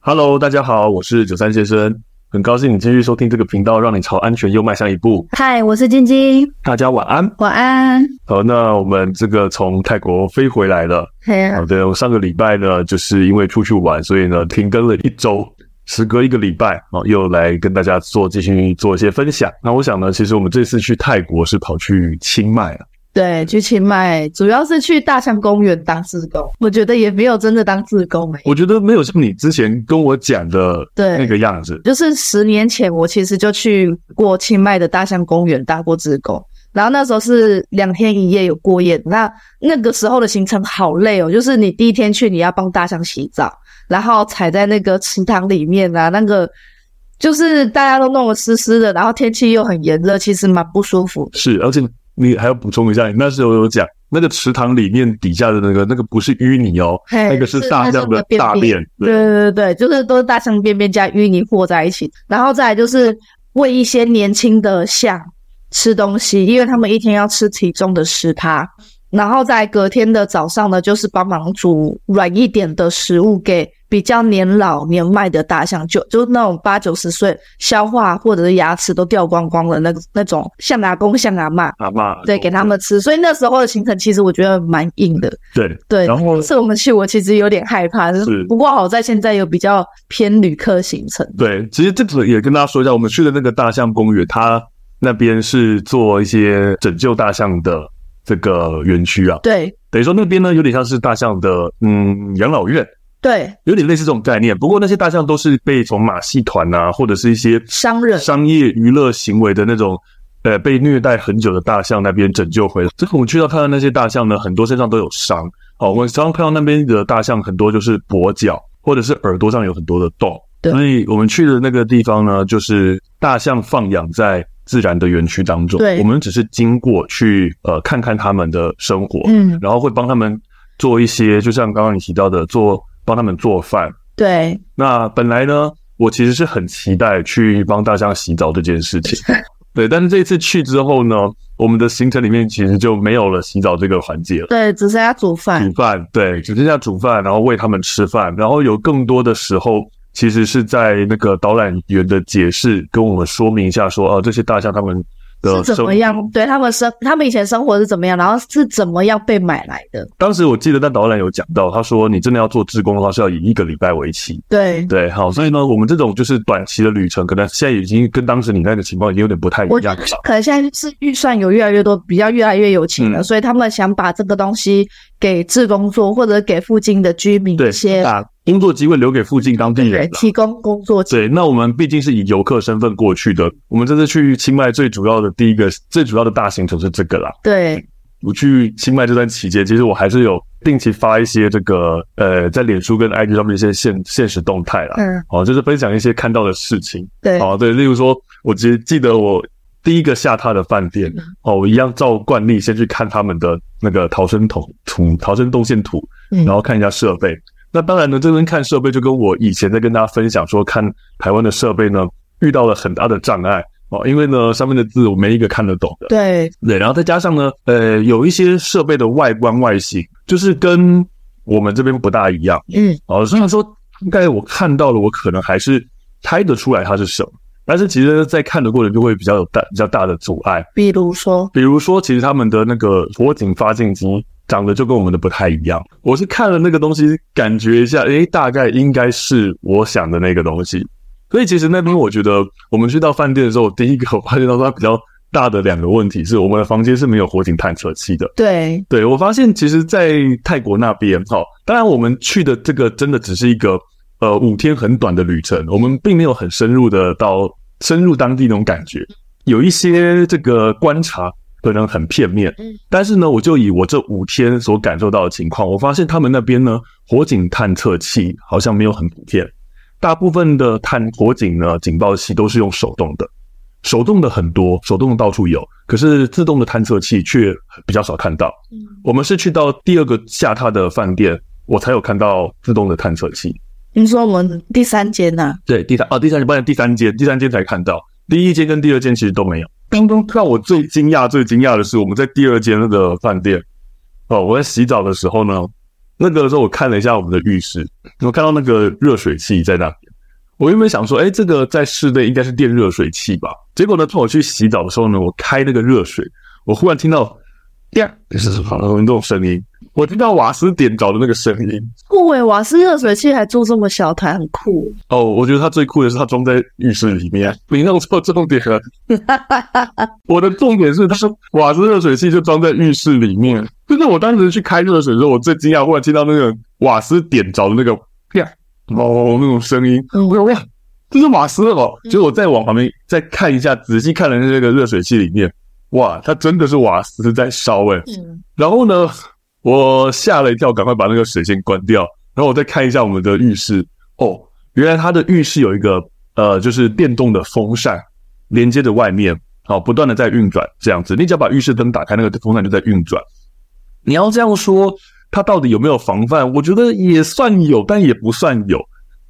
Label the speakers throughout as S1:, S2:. S1: Hello，大家好，我是九三先生，很高兴你继续收听这个频道，让你朝安全又迈向一步。
S2: 嗨，我是晶晶，
S1: 大家晚安。
S2: 晚安。
S1: 好，那我们这个从泰国飞回来了。
S2: 嘿呀
S1: 好的，我上个礼拜呢，就是因为出去玩，所以呢停更了一周。时隔一个礼拜哦，又来跟大家做继续做一些分享。那我想呢，其实我们这次去泰国是跑去清迈啊，
S2: 对，去清迈主要是去大象公园当志工，我觉得也没有真的当志工诶、
S1: 我觉得没有像你之前跟我讲的
S2: 对
S1: 那个样子。
S2: 就是十年前我其实就去过清迈的大象公园当过志工，然后那时候是两天一夜有过夜，那那个时候的行程好累哦，就是你第一天去你要帮大象洗澡，然后踩在那个池塘里面啊，那个就是大家都弄得湿湿的，然后天气又很炎热，其实蛮不舒服的。
S1: 是，而且你还要补充一下，你那时候有讲那个池塘里面底下的那个那个不是淤泥哦，
S2: 嘿
S1: 那个是大象的
S2: 便
S1: 大便。
S2: 对对对对，就是都是大象便便加淤泥和在一起，然后再来就是喂一些年轻的象吃东西，因为他们一天要吃体重的十趴，然后在隔天的早上呢，就是帮忙煮软一点的食物给比较年老年迈的大象，就就那种八九十岁消化或者是牙齿都掉光光了那那种象牙公象牙妈，
S1: 阿妈
S2: 对，给他们吃，所以那时候的行程其实我觉得蛮硬的。
S1: 对，
S2: 对，
S1: 然后
S2: 是我们去，我其实有点害怕。
S1: 是
S2: 不过好在现在有比较偏旅客行程。
S1: 对，其实这个也跟大家说一下，我们去的那个大象公园，它那边是做一些拯救大象的这个园区啊，
S2: 对
S1: 等于说那边呢有点像是大象的嗯养老院，
S2: 对，
S1: 有点类似这种概念。不过那些大象都是被从马戏团啊，或者是一些
S2: 商人
S1: 商业娱乐行为的那种。呃，被虐待很久的大象那边拯救回来。这个我们去到看到那些大象呢，很多身上都有伤。哦，我们常常看到那边的大象很多就是跛脚，或者是耳朵上有很多的洞。
S2: 对
S1: 所以我们去的那个地方呢，就是大象放养在自然的园区当中。
S2: 对
S1: 我们只是经过去呃看看他们的生活，
S2: 嗯，
S1: 然后会帮他们做一些，就像刚刚你提到的，做帮他们做饭，
S2: 对
S1: 那本来呢，我其实是很期待去帮大象洗澡这件事情，对。但是这一次去之后呢，我们的行程里面其实就没有了洗澡这个环节了。
S2: 对，只剩下煮饭
S1: 煮。饭，对，只剩下煮饭，然后喂他们吃饭，然后有更多的时候其实是在那个导览员的解释跟我们说明一下说，哦、这些大象他们的
S2: 是怎
S1: 啊生
S2: 么样？对他们生，他们以前生活是怎么样，然后是怎么样被买来的？
S1: 当时我记得那导览有讲到，他说你真的要做志工的话，是要以一个礼拜为期，
S2: 对，
S1: 对，好，所以呢，我们这种就是短期的旅程，可能现在已经跟当时你那个情况已经有点不太一
S2: 我
S1: 样。
S2: 可能现在是预算有越来越多，比较越来越有钱了，
S1: 嗯
S2: 所以他们想把这个东西给志工做，或者给附近的居民
S1: 对
S2: 一些，
S1: 把工作机会留给附近当地人
S2: 对
S1: 了。
S2: 提供工作机
S1: 对，那我们毕竟是以游客身份过去的，我们这次去清迈最主要的第一个最主要的大行程是这个啦。
S2: 对
S1: 我去清迈这段期间，其实我还是有定期发一些这个呃，在脸书跟 IG 上面一些现现实动态啦，
S2: 嗯
S1: 哦，就是分享一些看到的事情。
S2: 对
S1: 哦，对，例如说，我记记得我第一个下榻的饭店
S2: 嗯，
S1: 哦，我一样照惯例先去看他们的那个逃生筒图、逃生动线图，
S2: 嗯
S1: 然后看一下设备。那当然呢，这边看设备就跟我以前在跟大家分享说，看台湾的设备呢，遇到了很大的障碍哦，因为呢上面的字我没一个看得懂的，
S2: 对
S1: 对，然后再加上呢，呃，有一些设备的外观外形就是跟我们这边不大一样。
S2: 嗯
S1: 哦，虽然说大概我看到了，我可能还是猜得出来它是什么，但是其实，在看的过程就会比较有大比较大的阻碍。
S2: 比如说
S1: 比如说，其实他们的那个火警发进机长得就跟我们的不太一样。我是看了那个东西，感觉一下，诶，大概应该是我想的那个东西。所以其实那边我觉得，我们去到饭店的时候，第一个我发现到它比较大的两个问题是，我们的房间是没有火警探测器的。
S2: 对
S1: 对我发现，其实，在泰国那边，哈，当然我们去的这个真的只是一个呃五天很短的旅程，我们并没有很深入的到深入当地那种感觉，有一些这个观察可能很片面
S2: 嗯。
S1: 但是呢，我就以我这五天所感受到的情况，我发现他们那边呢，火警探测器好像没有很普遍，大部分的探火警呢警报器都是用手动的。手动的很多，手动的到处有，可是自动的探测器却比较少看到。
S2: 嗯
S1: 我们是去到第二个下榻的饭店，我才有看到自动的探测器。
S2: 你说我们第三间啊呐、
S1: 对，第三哦，第三间，抱歉，第三间，第三间才看到，第一间跟第二间其实都没有。当中让我最惊讶、最惊讶的是，我们在第二间那个饭店，哦，我在洗澡的时候呢，那个时候我看了一下我们的浴室，我看到那个热水器在那边。我原本想说，哎、这个在室内应该是电热水器吧。结果呢，趁我去洗澡的时候呢，我开那个热水，我忽然听到“叮”就是那种声音，我听到瓦斯点着的那个声音。
S2: 酷诶、瓦斯热水器还做这么小台，很酷。
S1: 哦，我觉得它最酷的是它装在浴室里 面。你弄错重点了，我的重点是它是瓦斯热水器就装在浴室里面。就是我当时去开热水的时候，我最惊讶，忽然听到那个瓦斯点着的那个啪哦那种声音，
S2: 嗯
S1: 我想哇，这是瓦斯哦！结果我再往旁边再看一下，仔细看了那个热水器里面，哇，它真的是瓦斯在烧哎、
S2: 嗯，
S1: 然后呢，我吓了一跳，赶快把那个水先关掉。然后我再看一下我们的浴室，哦，原来它的浴室有一个呃，就是电动的风扇连接着外面，好、不断的在运转这样子。你只要把浴室灯打开，那个风扇就在运转。你要这样说，它到底有没有防范？我觉得也算有，但也不算有。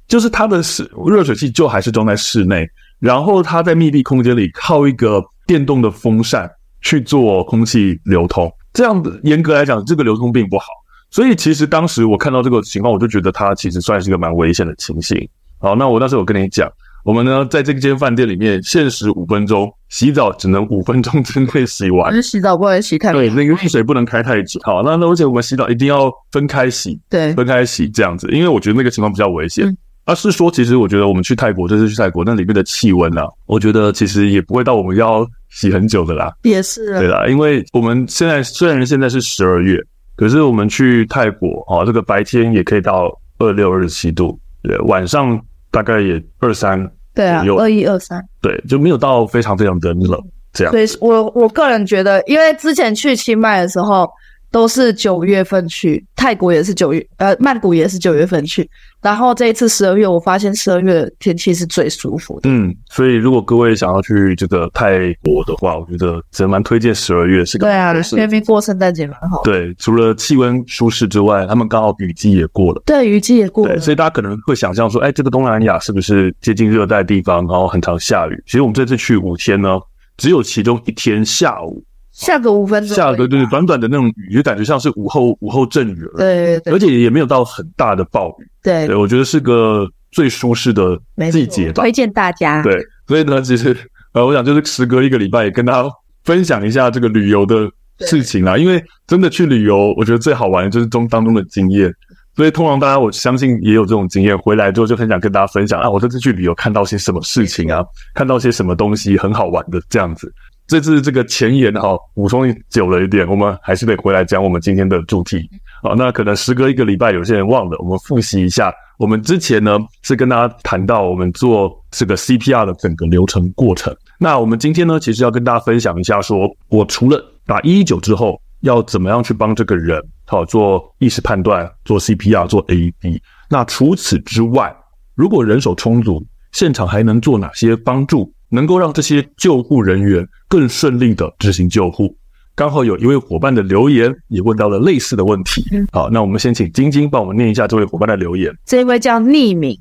S1: 就是它的室热水器就还是装在室内，然后它在密闭空间里靠一个电动的风扇去做空气流通，这样子严格来讲，这个流通并不好。所以其实当时我看到这个情况，我就觉得它其实算是一个蛮危险的情形。好，那我当时有跟你讲，我们呢在这间饭店里面限时五分钟，洗澡只能五分钟之内洗
S2: 我
S1: 完。
S2: 去洗澡不能洗 太
S1: 对，那个浴水不能开太久。 嗯好，那那而且我们洗澡一定要分开洗，
S2: 对，
S1: 分开洗这样子，因为我觉得那个情况比较危险
S2: 嗯。
S1: 而、是说，其实我觉得我们去泰国，这次去泰国，那里面的气温啊，我觉得其实也不会到我们要洗很久的啦。
S2: 也是啊
S1: 对啦，因为我们现在虽然现在是十二月，可是我们去泰国哦，这个白天也可以到二六二七度，对，晚上大概也二三，
S2: 对啊
S1: 有，
S2: 二一二三。
S1: 对，就没有到非常非常的冷这样
S2: 所。以我我个人觉得，因为之前去清迈的时候都是九月份去，泰国也是九月，呃，曼谷也是九月份去，然后这一次十二月，我发现十二月天气是最舒服的。
S1: 嗯，所以如果各位想要去这个泰国的话，我觉得真蛮推荐十二月是个
S2: 对啊，
S1: 是
S2: 那边过圣诞节蛮好的。
S1: 对，除了气温舒适之外，他们刚好雨季也过了。
S2: 对，雨季也过
S1: 对，
S2: 了，
S1: 所以大家可能会想象说，哎，这个东南亚是不是接近热带地方，然后很常下雨？其实我们这次去五天呢，只有其中一天下午
S2: 下个五分钟而已啊吧，
S1: 下个就是短短的那种雨，就感觉像是午后午后阵雨了，
S2: 对
S1: 而
S2: 对
S1: 且也没有到很大的暴雨。
S2: 对
S1: 对，我觉得是个最舒适的
S2: 没错
S1: 季节吧。
S2: 推荐大家。
S1: 对，所以呢，其实呃，我想就是时隔一个礼拜，也跟大家分享一下这个旅游的事情啦。因为真的去旅游，我觉得最好玩的就是中当中的经验。所以通常大家我相信也有这种经验，回来之后就很想跟大家分享啊，我这次去旅游看到些什么事情啊，看到些什么东西很好玩的这样子。这次这个前言哈、补充久了一点，我们还是得回来讲我们今天的主题。好，那可能时隔一个礼拜，有些人忘了，我们复习一下。我们之前呢是跟大家谈到我们做这个 CPR 的整个流程过程。那我们今天呢，其实要跟大家分享一下说，我除了打一一九之后，要怎么样去帮这个人好做意识判断、做 CPR、做 AED。那除此之外，如果人手充足，现场还能做哪些帮助，能够让这些救护人员更顺利的执行救护？刚好有一位伙伴的留言也问到了类似的问题
S2: 嗯。
S1: 好，那我们先请晶晶帮我们念一下这位伙伴的留言。
S2: 这位叫匿名。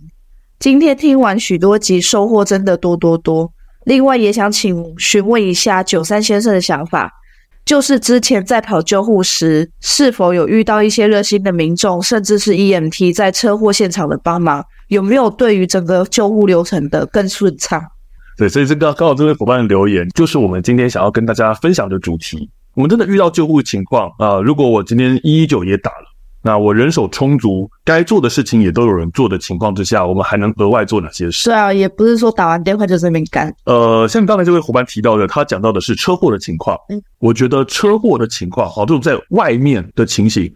S2: 今天听完许多集，收获真的多多多。另外也想请询问一下九三先生的想法，就是之前在跑救护时，是否有遇到一些热心的民众，甚至是 EMT 在车祸现场的帮忙，有没有对于整个救护流程的更顺畅？
S1: 对，所以这个刚好这位伙伴的留言，就是我们今天想要跟大家分享的主题。我们真的遇到救护情况啊、呃如果我今天一一九也打了，那我人手充足，该做的事情也都有人做的情况之下，我们还能额外做哪些事？
S2: 是啊，也不是说打完电话就这边干。
S1: 呃，像刚才这位伙伴提到的，他讲到的是车祸的情况。
S2: 嗯，
S1: 我觉得车祸的情况，好，这种在外面的情形，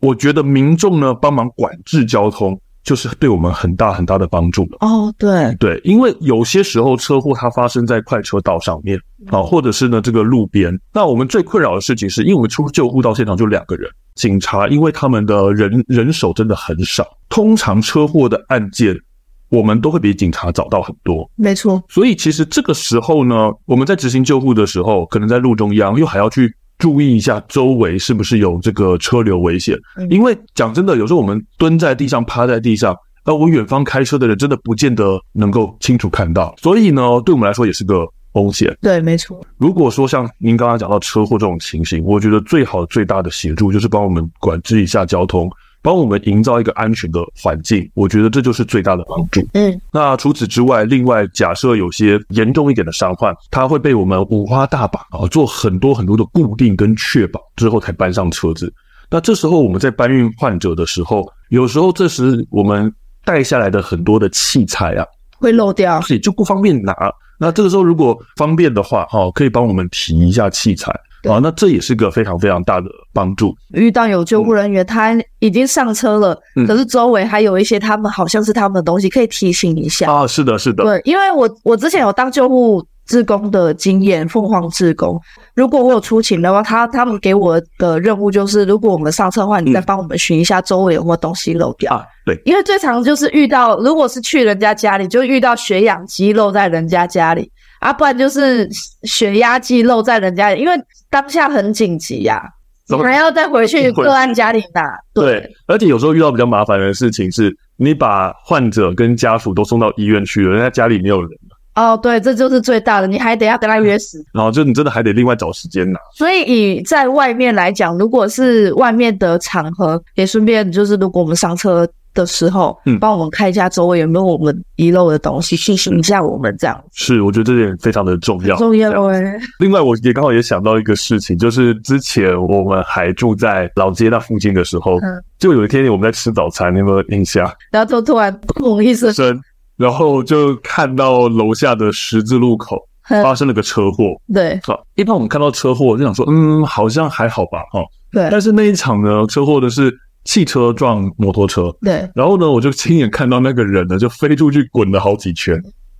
S1: 我觉得民众呢帮忙管制交通，就是对我们很大很大的帮助了。
S2: 哦，对，
S1: 对，因为有些时候车祸它发生在快车道上面啊，或者是呢这个路边。那我们最困扰的事情是，因为我们出救护到现场就两个人，警察因为他们的人人手真的很少，通常车祸的案件我们都会比警察早到很多。
S2: 没错，
S1: 所以其实这个时候呢，我们在执行救护的时候，可能在路中央又还要去注意一下周围是不是有这个车流危险。
S2: 嗯
S1: 因为讲真的，有时候我们蹲在地上、趴在地上，而我远方开车的人真的不见得能够清楚看到，所以呢，对我们来说也是个风险。
S2: 对，没错，
S1: 如果说像您刚刚讲到车祸这种情形，我觉得最好最大的协助就是帮我们管制一下交通，帮我们营造一个安全的环境，我觉得这就是最大的帮助。
S2: 嗯，
S1: 那除此之外，另外假设有些严重一点的伤患，他会被我们五花大绑啊，做很多很多的固定跟确保之后才搬上车子。那这时候我们在搬运患者的时候，有时候这时我们带下来的很多的器材啊，
S2: 会漏掉。
S1: 也就不方便拿。那这个时候如果方便的话，哦，可以帮我们提一下器材
S2: 对
S1: 啊，那这也是个非常非常大的帮助。
S2: 遇到有救护人员，他已经上车了，
S1: 嗯
S2: 可是周围还有一些他们好像是他们的东西，可以提醒一下。
S1: 啊，是的，是的，
S2: 对，因为我我之前有当救护志工的经验，凤凰志工，如果我有出勤的话，他他们给我的任务就是，如果我们上车的话，你再帮我们寻一下周围有没有东西漏
S1: 嗯
S2: 掉。
S1: 啊，对，
S2: 因为最常就是遇到，如果是去人家家里，就遇到血氧机漏在人家家里啊，不然就是血压计漏在人家里，因为当下很紧急呀、
S1: 然后
S2: 还要再回去个案家里拿。
S1: 对，而且有时候遇到比较麻烦的事情是，你把患者跟家属都送到医院去了，人家家里没有人，
S2: 哦，对，这就是最大的，你还得要跟他约时
S1: 然后就你真的还得另外找时间拿。
S2: 所以以在外面来讲，如果是外面的场合，也顺便就是，如果我们上车的时候，
S1: 嗯
S2: 帮我们看一下周围有没有我们遗漏的东西，提醒一下我们这样
S1: 是，我觉得这点非常的重 要。
S2: 重要哎、
S1: 另外，我也刚好也想到一个事情，就是之前我们还住在老街那附近的时候，
S2: 嗯
S1: 就有一天我们在吃早餐，你有没有印象？
S2: 然后就突然砰一声，
S1: 生，然后就看到楼下的十字路口
S2: 嗯
S1: 发生了个车祸。
S2: 对
S1: 好，一般我们看到车祸就想说，嗯，好像还好吧，哦。
S2: 对
S1: 但是那一场呢，车祸的是汽车撞摩托车，
S2: 对，
S1: 然后呢，我就亲眼看到那个人呢就飞出去滚了好几圈，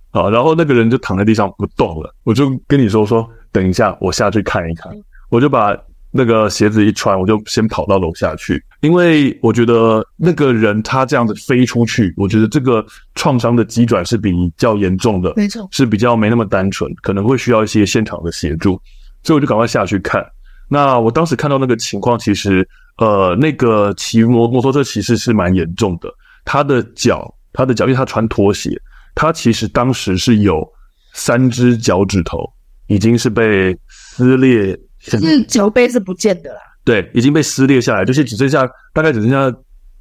S1: 啊，然后那个人就躺在地上不动了。我就跟你说说，等一下我下去看一看，我就把那个鞋子一穿，我就先跑到楼下去，因为我觉得那个人他这样子飞出去，我觉得这个创伤的急转是比较严重的，
S2: 没错，
S1: 是比较没那么单纯，可能会需要一些现场的协助，所以我就赶快下去看。那我当时看到那个情况，其实呃，那个骑摩摩托车其实是蛮严重的，他的脚，他的脚，因为他穿拖鞋，他其实当时是有三只脚趾头已经是被撕裂，
S2: 是酒杯是不见的啦，
S1: 对，已经被撕裂下来，就是只剩下大概只剩下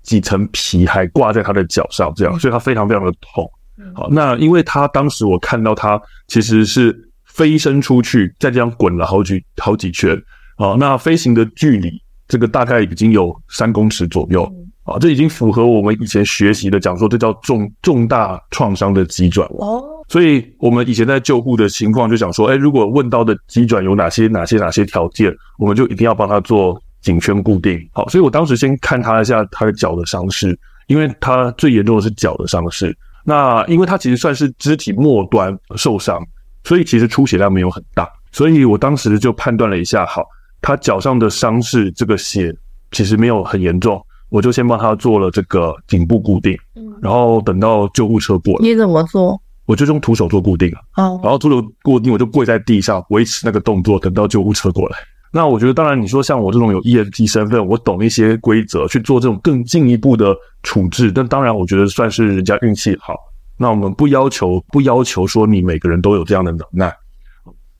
S1: 几层皮还挂在他的脚上，这样，所以他非常非常的痛
S2: 嗯。
S1: 好，那因为他当时我看到他其实是飞身出去，再这样滚了好几好几圈。好，那飞行的距离这个大概已经有三公尺左右
S2: 嗯。
S1: 啊，这已经符合我们以前学习的讲说，这叫重重大创伤的急转弯。
S2: 哦，
S1: 所以我们以前在救护的情况就想说，哎，如果问到的急转有哪些、哪些、哪些条件，我们就一定要帮他做颈圈固定。好，所以我当时先看他一下他的脚的伤势，因为他最严重的是脚的伤势。那因为他其实算是肢体末端受伤，所以其实出血量没有很大。所以我当时就判断了一下，好，他脚上的伤势这个血其实没有很严重，我就先帮他做了这个颈部固定，
S2: 嗯，
S1: 然后等到救护车过来，
S2: 你怎么说？
S1: 我就用徒手做固定了。
S2: 哦，
S1: 然后徒手固定，我就跪在地上维持那个动作，等到救护车过来。那我觉得，当然你说像我这种有 EMT 身份，我懂一些规则，去做这种更进一步的处置。但当然，我觉得算是人家运气好。那我们不要求，不要求说你每个人都有这样的能耐。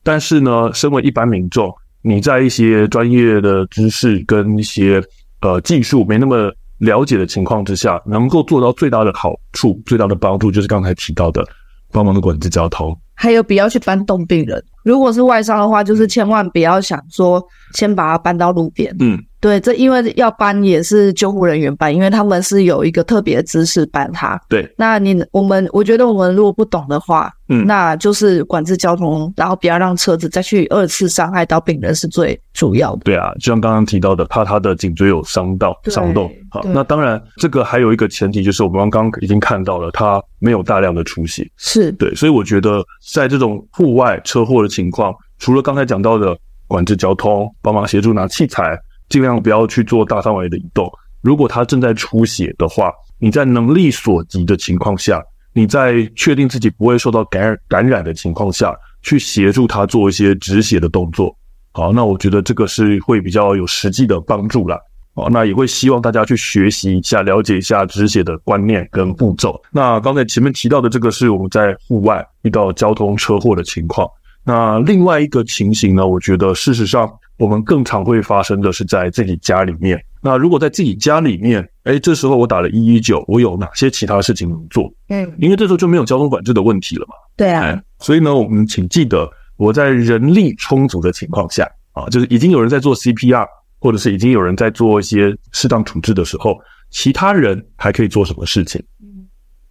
S1: 但是呢，身为一般民众，你在一些专业的知识跟一些呃技术没那么了解的情况之下，能够做到最大的好处、最大的帮助，就是刚才提到的帮忙的管制交通。
S2: 还有不要去搬动病人，如果是外伤的话，就是千万不要想说先把它搬到路边，
S1: 嗯，
S2: 对，这因为要搬也是救护人员搬，因为他们是有一个特别的姿势搬它。
S1: 对，
S2: 那你我们我觉得我们如果不懂的话，
S1: 嗯
S2: 那就是管制交通，然后不要让车子再去二次伤害到病人是最主要的。
S1: 对啊，就像刚刚提到的，怕他的颈椎有伤到
S2: 对
S1: 伤动。好，
S2: 对
S1: 那当然，这个还有一个前提就是我们刚刚已经看到了，他没有大量的出血。
S2: 是，
S1: 对，所以我觉得在这种户外车祸的情况，除了刚才讲到的管制交通、帮忙协助拿器材，尽量不要去做大范围的移动。如果他正在出血的话，你在能力所及的情况下，你在确定自己不会受到感染感染的情况下，去协助他做一些止血的动作。好，那我觉得这个是会比较有实际的帮助啦。哦，那也会希望大家去学习一下，了解一下止血的观念跟步骤。那刚才前面提到的这个是我们在户外遇到交通车祸的情况。那另外一个情形呢，我觉得事实上我们更常会发生的是在自己家里面。那如果在自己家里面，哎，这时候我打了一一九，我有哪些其他事情能做？
S2: 嗯，
S1: 因为这时候就没有交通管制的问题了嘛。
S2: 对啊
S1: 哎，，所以呢，我们请记得，我在人力充足的情况下啊，就是已经有人在做 CPR，或者是已经有人在做一些适当处置的时候，其他人还可以做什么事情？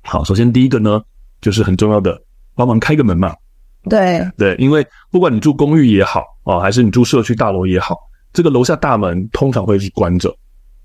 S1: 好，首先第一个呢，就是很重要的，帮忙开个门嘛。
S2: 对，
S1: 对，因为不管你住公寓也好啊，还是你住社区大楼也好，这个楼下大门通常会是关着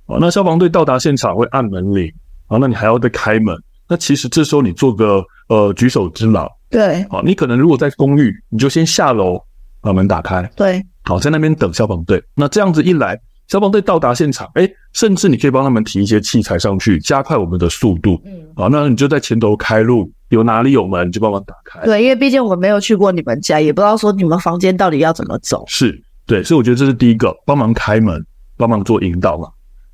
S1: 啊。那消防队到达现场会按门铃啊，那你还要再开门。那其实这时候你做个呃举手之劳
S2: 对，
S1: 啊，你可能如果在公寓，你就先下楼把门打开，
S2: 对，
S1: 好在那边等消防队。那这样子一来，消防队到达现场，哎，甚至你可以帮他们提一些器材上去，加快我们的速度。
S2: 嗯，
S1: 好，那你就在前头开路，有哪里有门你就帮忙打开。
S2: 对，因为毕竟我没有去过你们家，也不知道说你们房间到底要怎么走。
S1: 是对，所以我觉得这是第一个，帮忙开门，帮忙做引导嘛。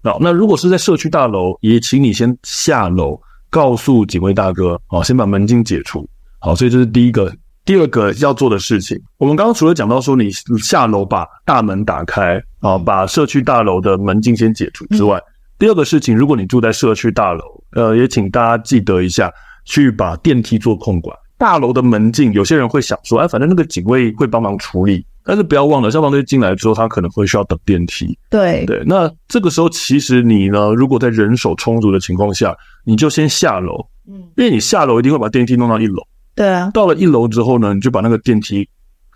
S1: 好，那如果是在社区大楼，也请你先下楼，告诉警卫大哥，好，先把门禁解除。好，所以这是第一个。第二个要做的事情，我们刚刚除了讲到说你下楼把大门打开啊，把社区大楼的门禁先解除之外，第二个事情，如果你住在社区大楼，呃，也请大家记得一下，去把电梯做控管。大楼的门禁，有些人会想说，哎，反正那个警卫会帮忙处理，但是不要忘了，消防队进来之后，他可能会需要等电梯。
S2: 对，
S1: 对，那这个时候其实你呢，如果在人手充足的情况下，你就先下楼，
S2: 嗯，
S1: 因为你下楼一定会把电梯弄到一楼。
S2: 对啊，
S1: 到了一楼之后呢，你就把那个电梯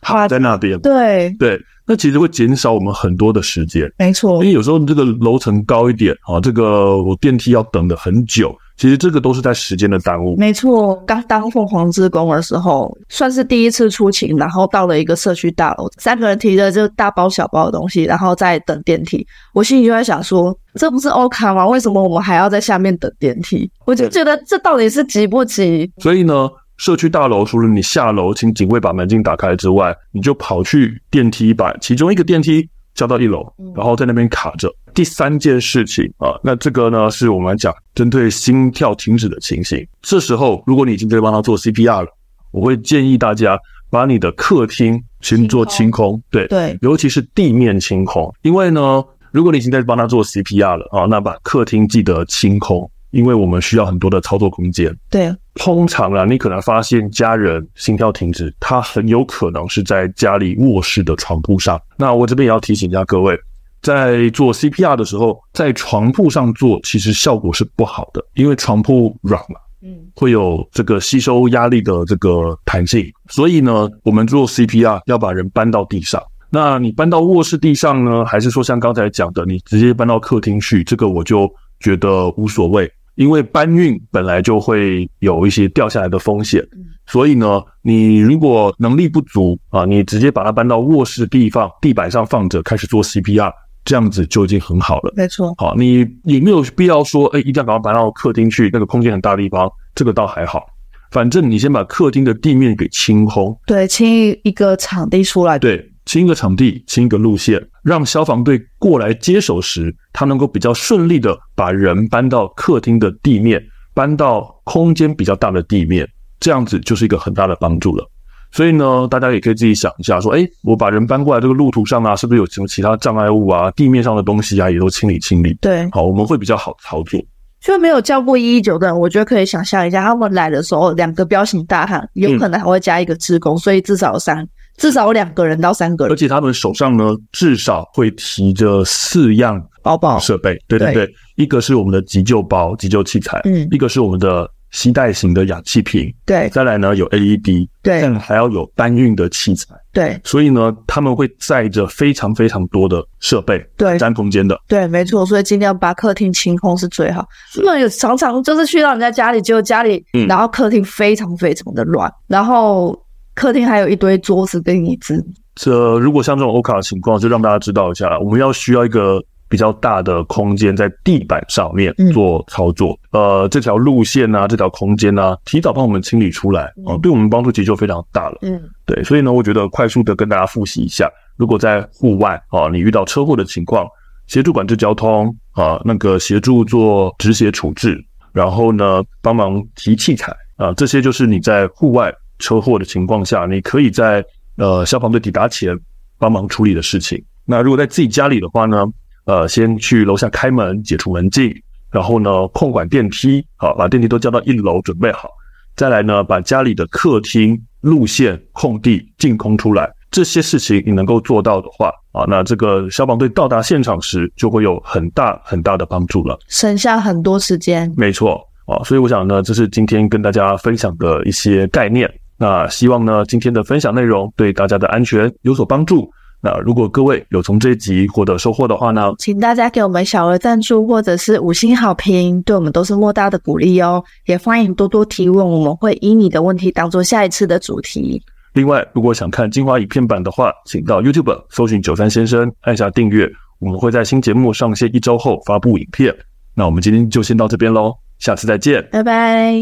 S2: 跨
S1: 卡在那边。
S2: 对，
S1: 对，那其实会减少我们很多的时间。
S2: 没错
S1: 因，为有时候你这个楼层高一点啊，这个我电梯要等的很久，其实这个都是在时间的耽误。
S2: 没错。刚当凤凰之工的时候，算是第一次出勤，然后到了一个社区大楼，三个人提着就大包小包的东西，然后再等电梯。我心里就在想说，这不是欧卡吗？为什么我们还要在下面等电梯？我就觉得这到底是急不急？
S1: 所以呢，社区大楼除了你下楼请警卫把门禁打开之外，你就跑去电梯把其中一个电梯叫到一楼
S2: 嗯，
S1: 然后在那边卡着。第三件事情啊，那这个呢是我们来讲针对心跳停止的情形。这时候，如果你已经在帮他做 CPR 了，我会建议大家把你的客厅先做清
S2: 清
S1: 空，对，
S2: 对，
S1: 尤其是地面清空，因为呢，如果你已经在帮他做 CPR 了啊，那把客厅记得清空，因为我们需要很多的操作空间。
S2: 对，
S1: 通常啊，你可能发现家人心跳停止，他很有可能是在家里卧室的床铺上。那我这边也要提醒一下各位，在做 CPR 的时候，在床铺上做其实效果是不好的，因为床铺软嘛，
S2: 嗯，
S1: 会有这个吸收压力的这个弹性。所以呢，我们做 CPR 要把人搬到地上。那你搬到卧室地上呢，还是说像刚才讲的，你直接搬到客厅去？这个我就觉得无所谓，因为搬运本来就会有一些掉下来的风险
S2: 嗯，
S1: 所以呢，你如果能力不足啊，你直接把它搬到卧室地方地板上放着，开始做 CPR，这样子就已经很好了。
S2: 没错，
S1: 好，你也没有必要说，哎、一定要赶快搬到客厅去，那个空间很大的地方，这个倒还好。反正你先把客厅的地面给清空，
S2: 对，清一个场地出来，
S1: 对，清一个场地，清一个路线，让消防队过来接手时，他能够比较顺利的把人搬到客厅的地面，搬到空间比较大的地面，这样子就是一个很大的帮助了。所以呢，大家也可以自己想一下，说，哎，我把人搬过来这个路途上啊，是不是有什么其他障碍物啊，地面上的东西啊，也都清理清理。
S2: 对，
S1: 好，我们会比较好操作。
S2: 就没有叫过一一九的人，我觉得可以想象一下，他们来的时候，两个彪形大汉，有可能还会加一个职工，所以至少有三，至少有两个人到三个
S1: 而
S2: 人，
S1: 且他们手上呢，至少会提着四样
S2: 包包，
S1: 设备。对对对，一个是我们的急救包、急救器材，
S2: 嗯
S1: 一个是我们的吸带型的氧气瓶，
S2: 对
S1: 再来呢有 AED，
S2: 对
S1: 但还要有搬运的器材。
S2: 对
S1: 所以呢，他们会载着非常非常多的设备，
S2: 对
S1: 占空间的。
S2: 对，没错，所以尽量把客厅清空是最好。不然有常常就是去到人家家里，结果家里，
S1: 嗯
S2: 然后客厅非常非常的乱，然后客厅还有一堆桌子跟椅子，
S1: 这如果像这种欧卡的情况，就让大家知道一下，我们要需要一个比较大的空间在地板上面
S2: 嗯
S1: 做操作。呃，这条路线啊，这条空间啊，提早帮我们清理出来啊、
S2: 嗯
S1: 对我们帮助其实就非常大了。
S2: 嗯，
S1: 对，所以呢，我觉得快速的跟大家复习一下，如果在户外啊，你遇到车祸的情况，协助管制交通啊，那个协助做止血处置，然后呢，帮忙提器材啊，这些就是你在户外车祸的情况下，你可以在呃消防队抵达前帮忙处理的事情。那如果在自己家里的话呢，呃，先去楼下开门解除门禁，然后呢控管电梯，好，把电梯都叫到一楼准备好，再来呢把家里的客厅、路线、空地净空出来。这些事情你能够做到的话啊，那这个消防队到达现场时就会有很大很大的帮助了。
S2: 省下很多时间。
S1: 没错啊，所以我想呢，这是今天跟大家分享的一些概念。那希望呢，今天的分享内容对大家的安全有所帮助。那如果各位有从这一集获得收获的话呢，
S2: 请大家给我们小额赞助或者是五星好评，对我们都是莫大的鼓励哦。也欢迎多多提问，我们会以你的问题当做下一次的主题。
S1: 另外如果想看精华影片版的话，请到 YouTube 搜寻九三先生，按下订阅。我们会在新节目上线一周后发布影片。那我们今天就先到这边喽，下次再见。
S2: 拜拜。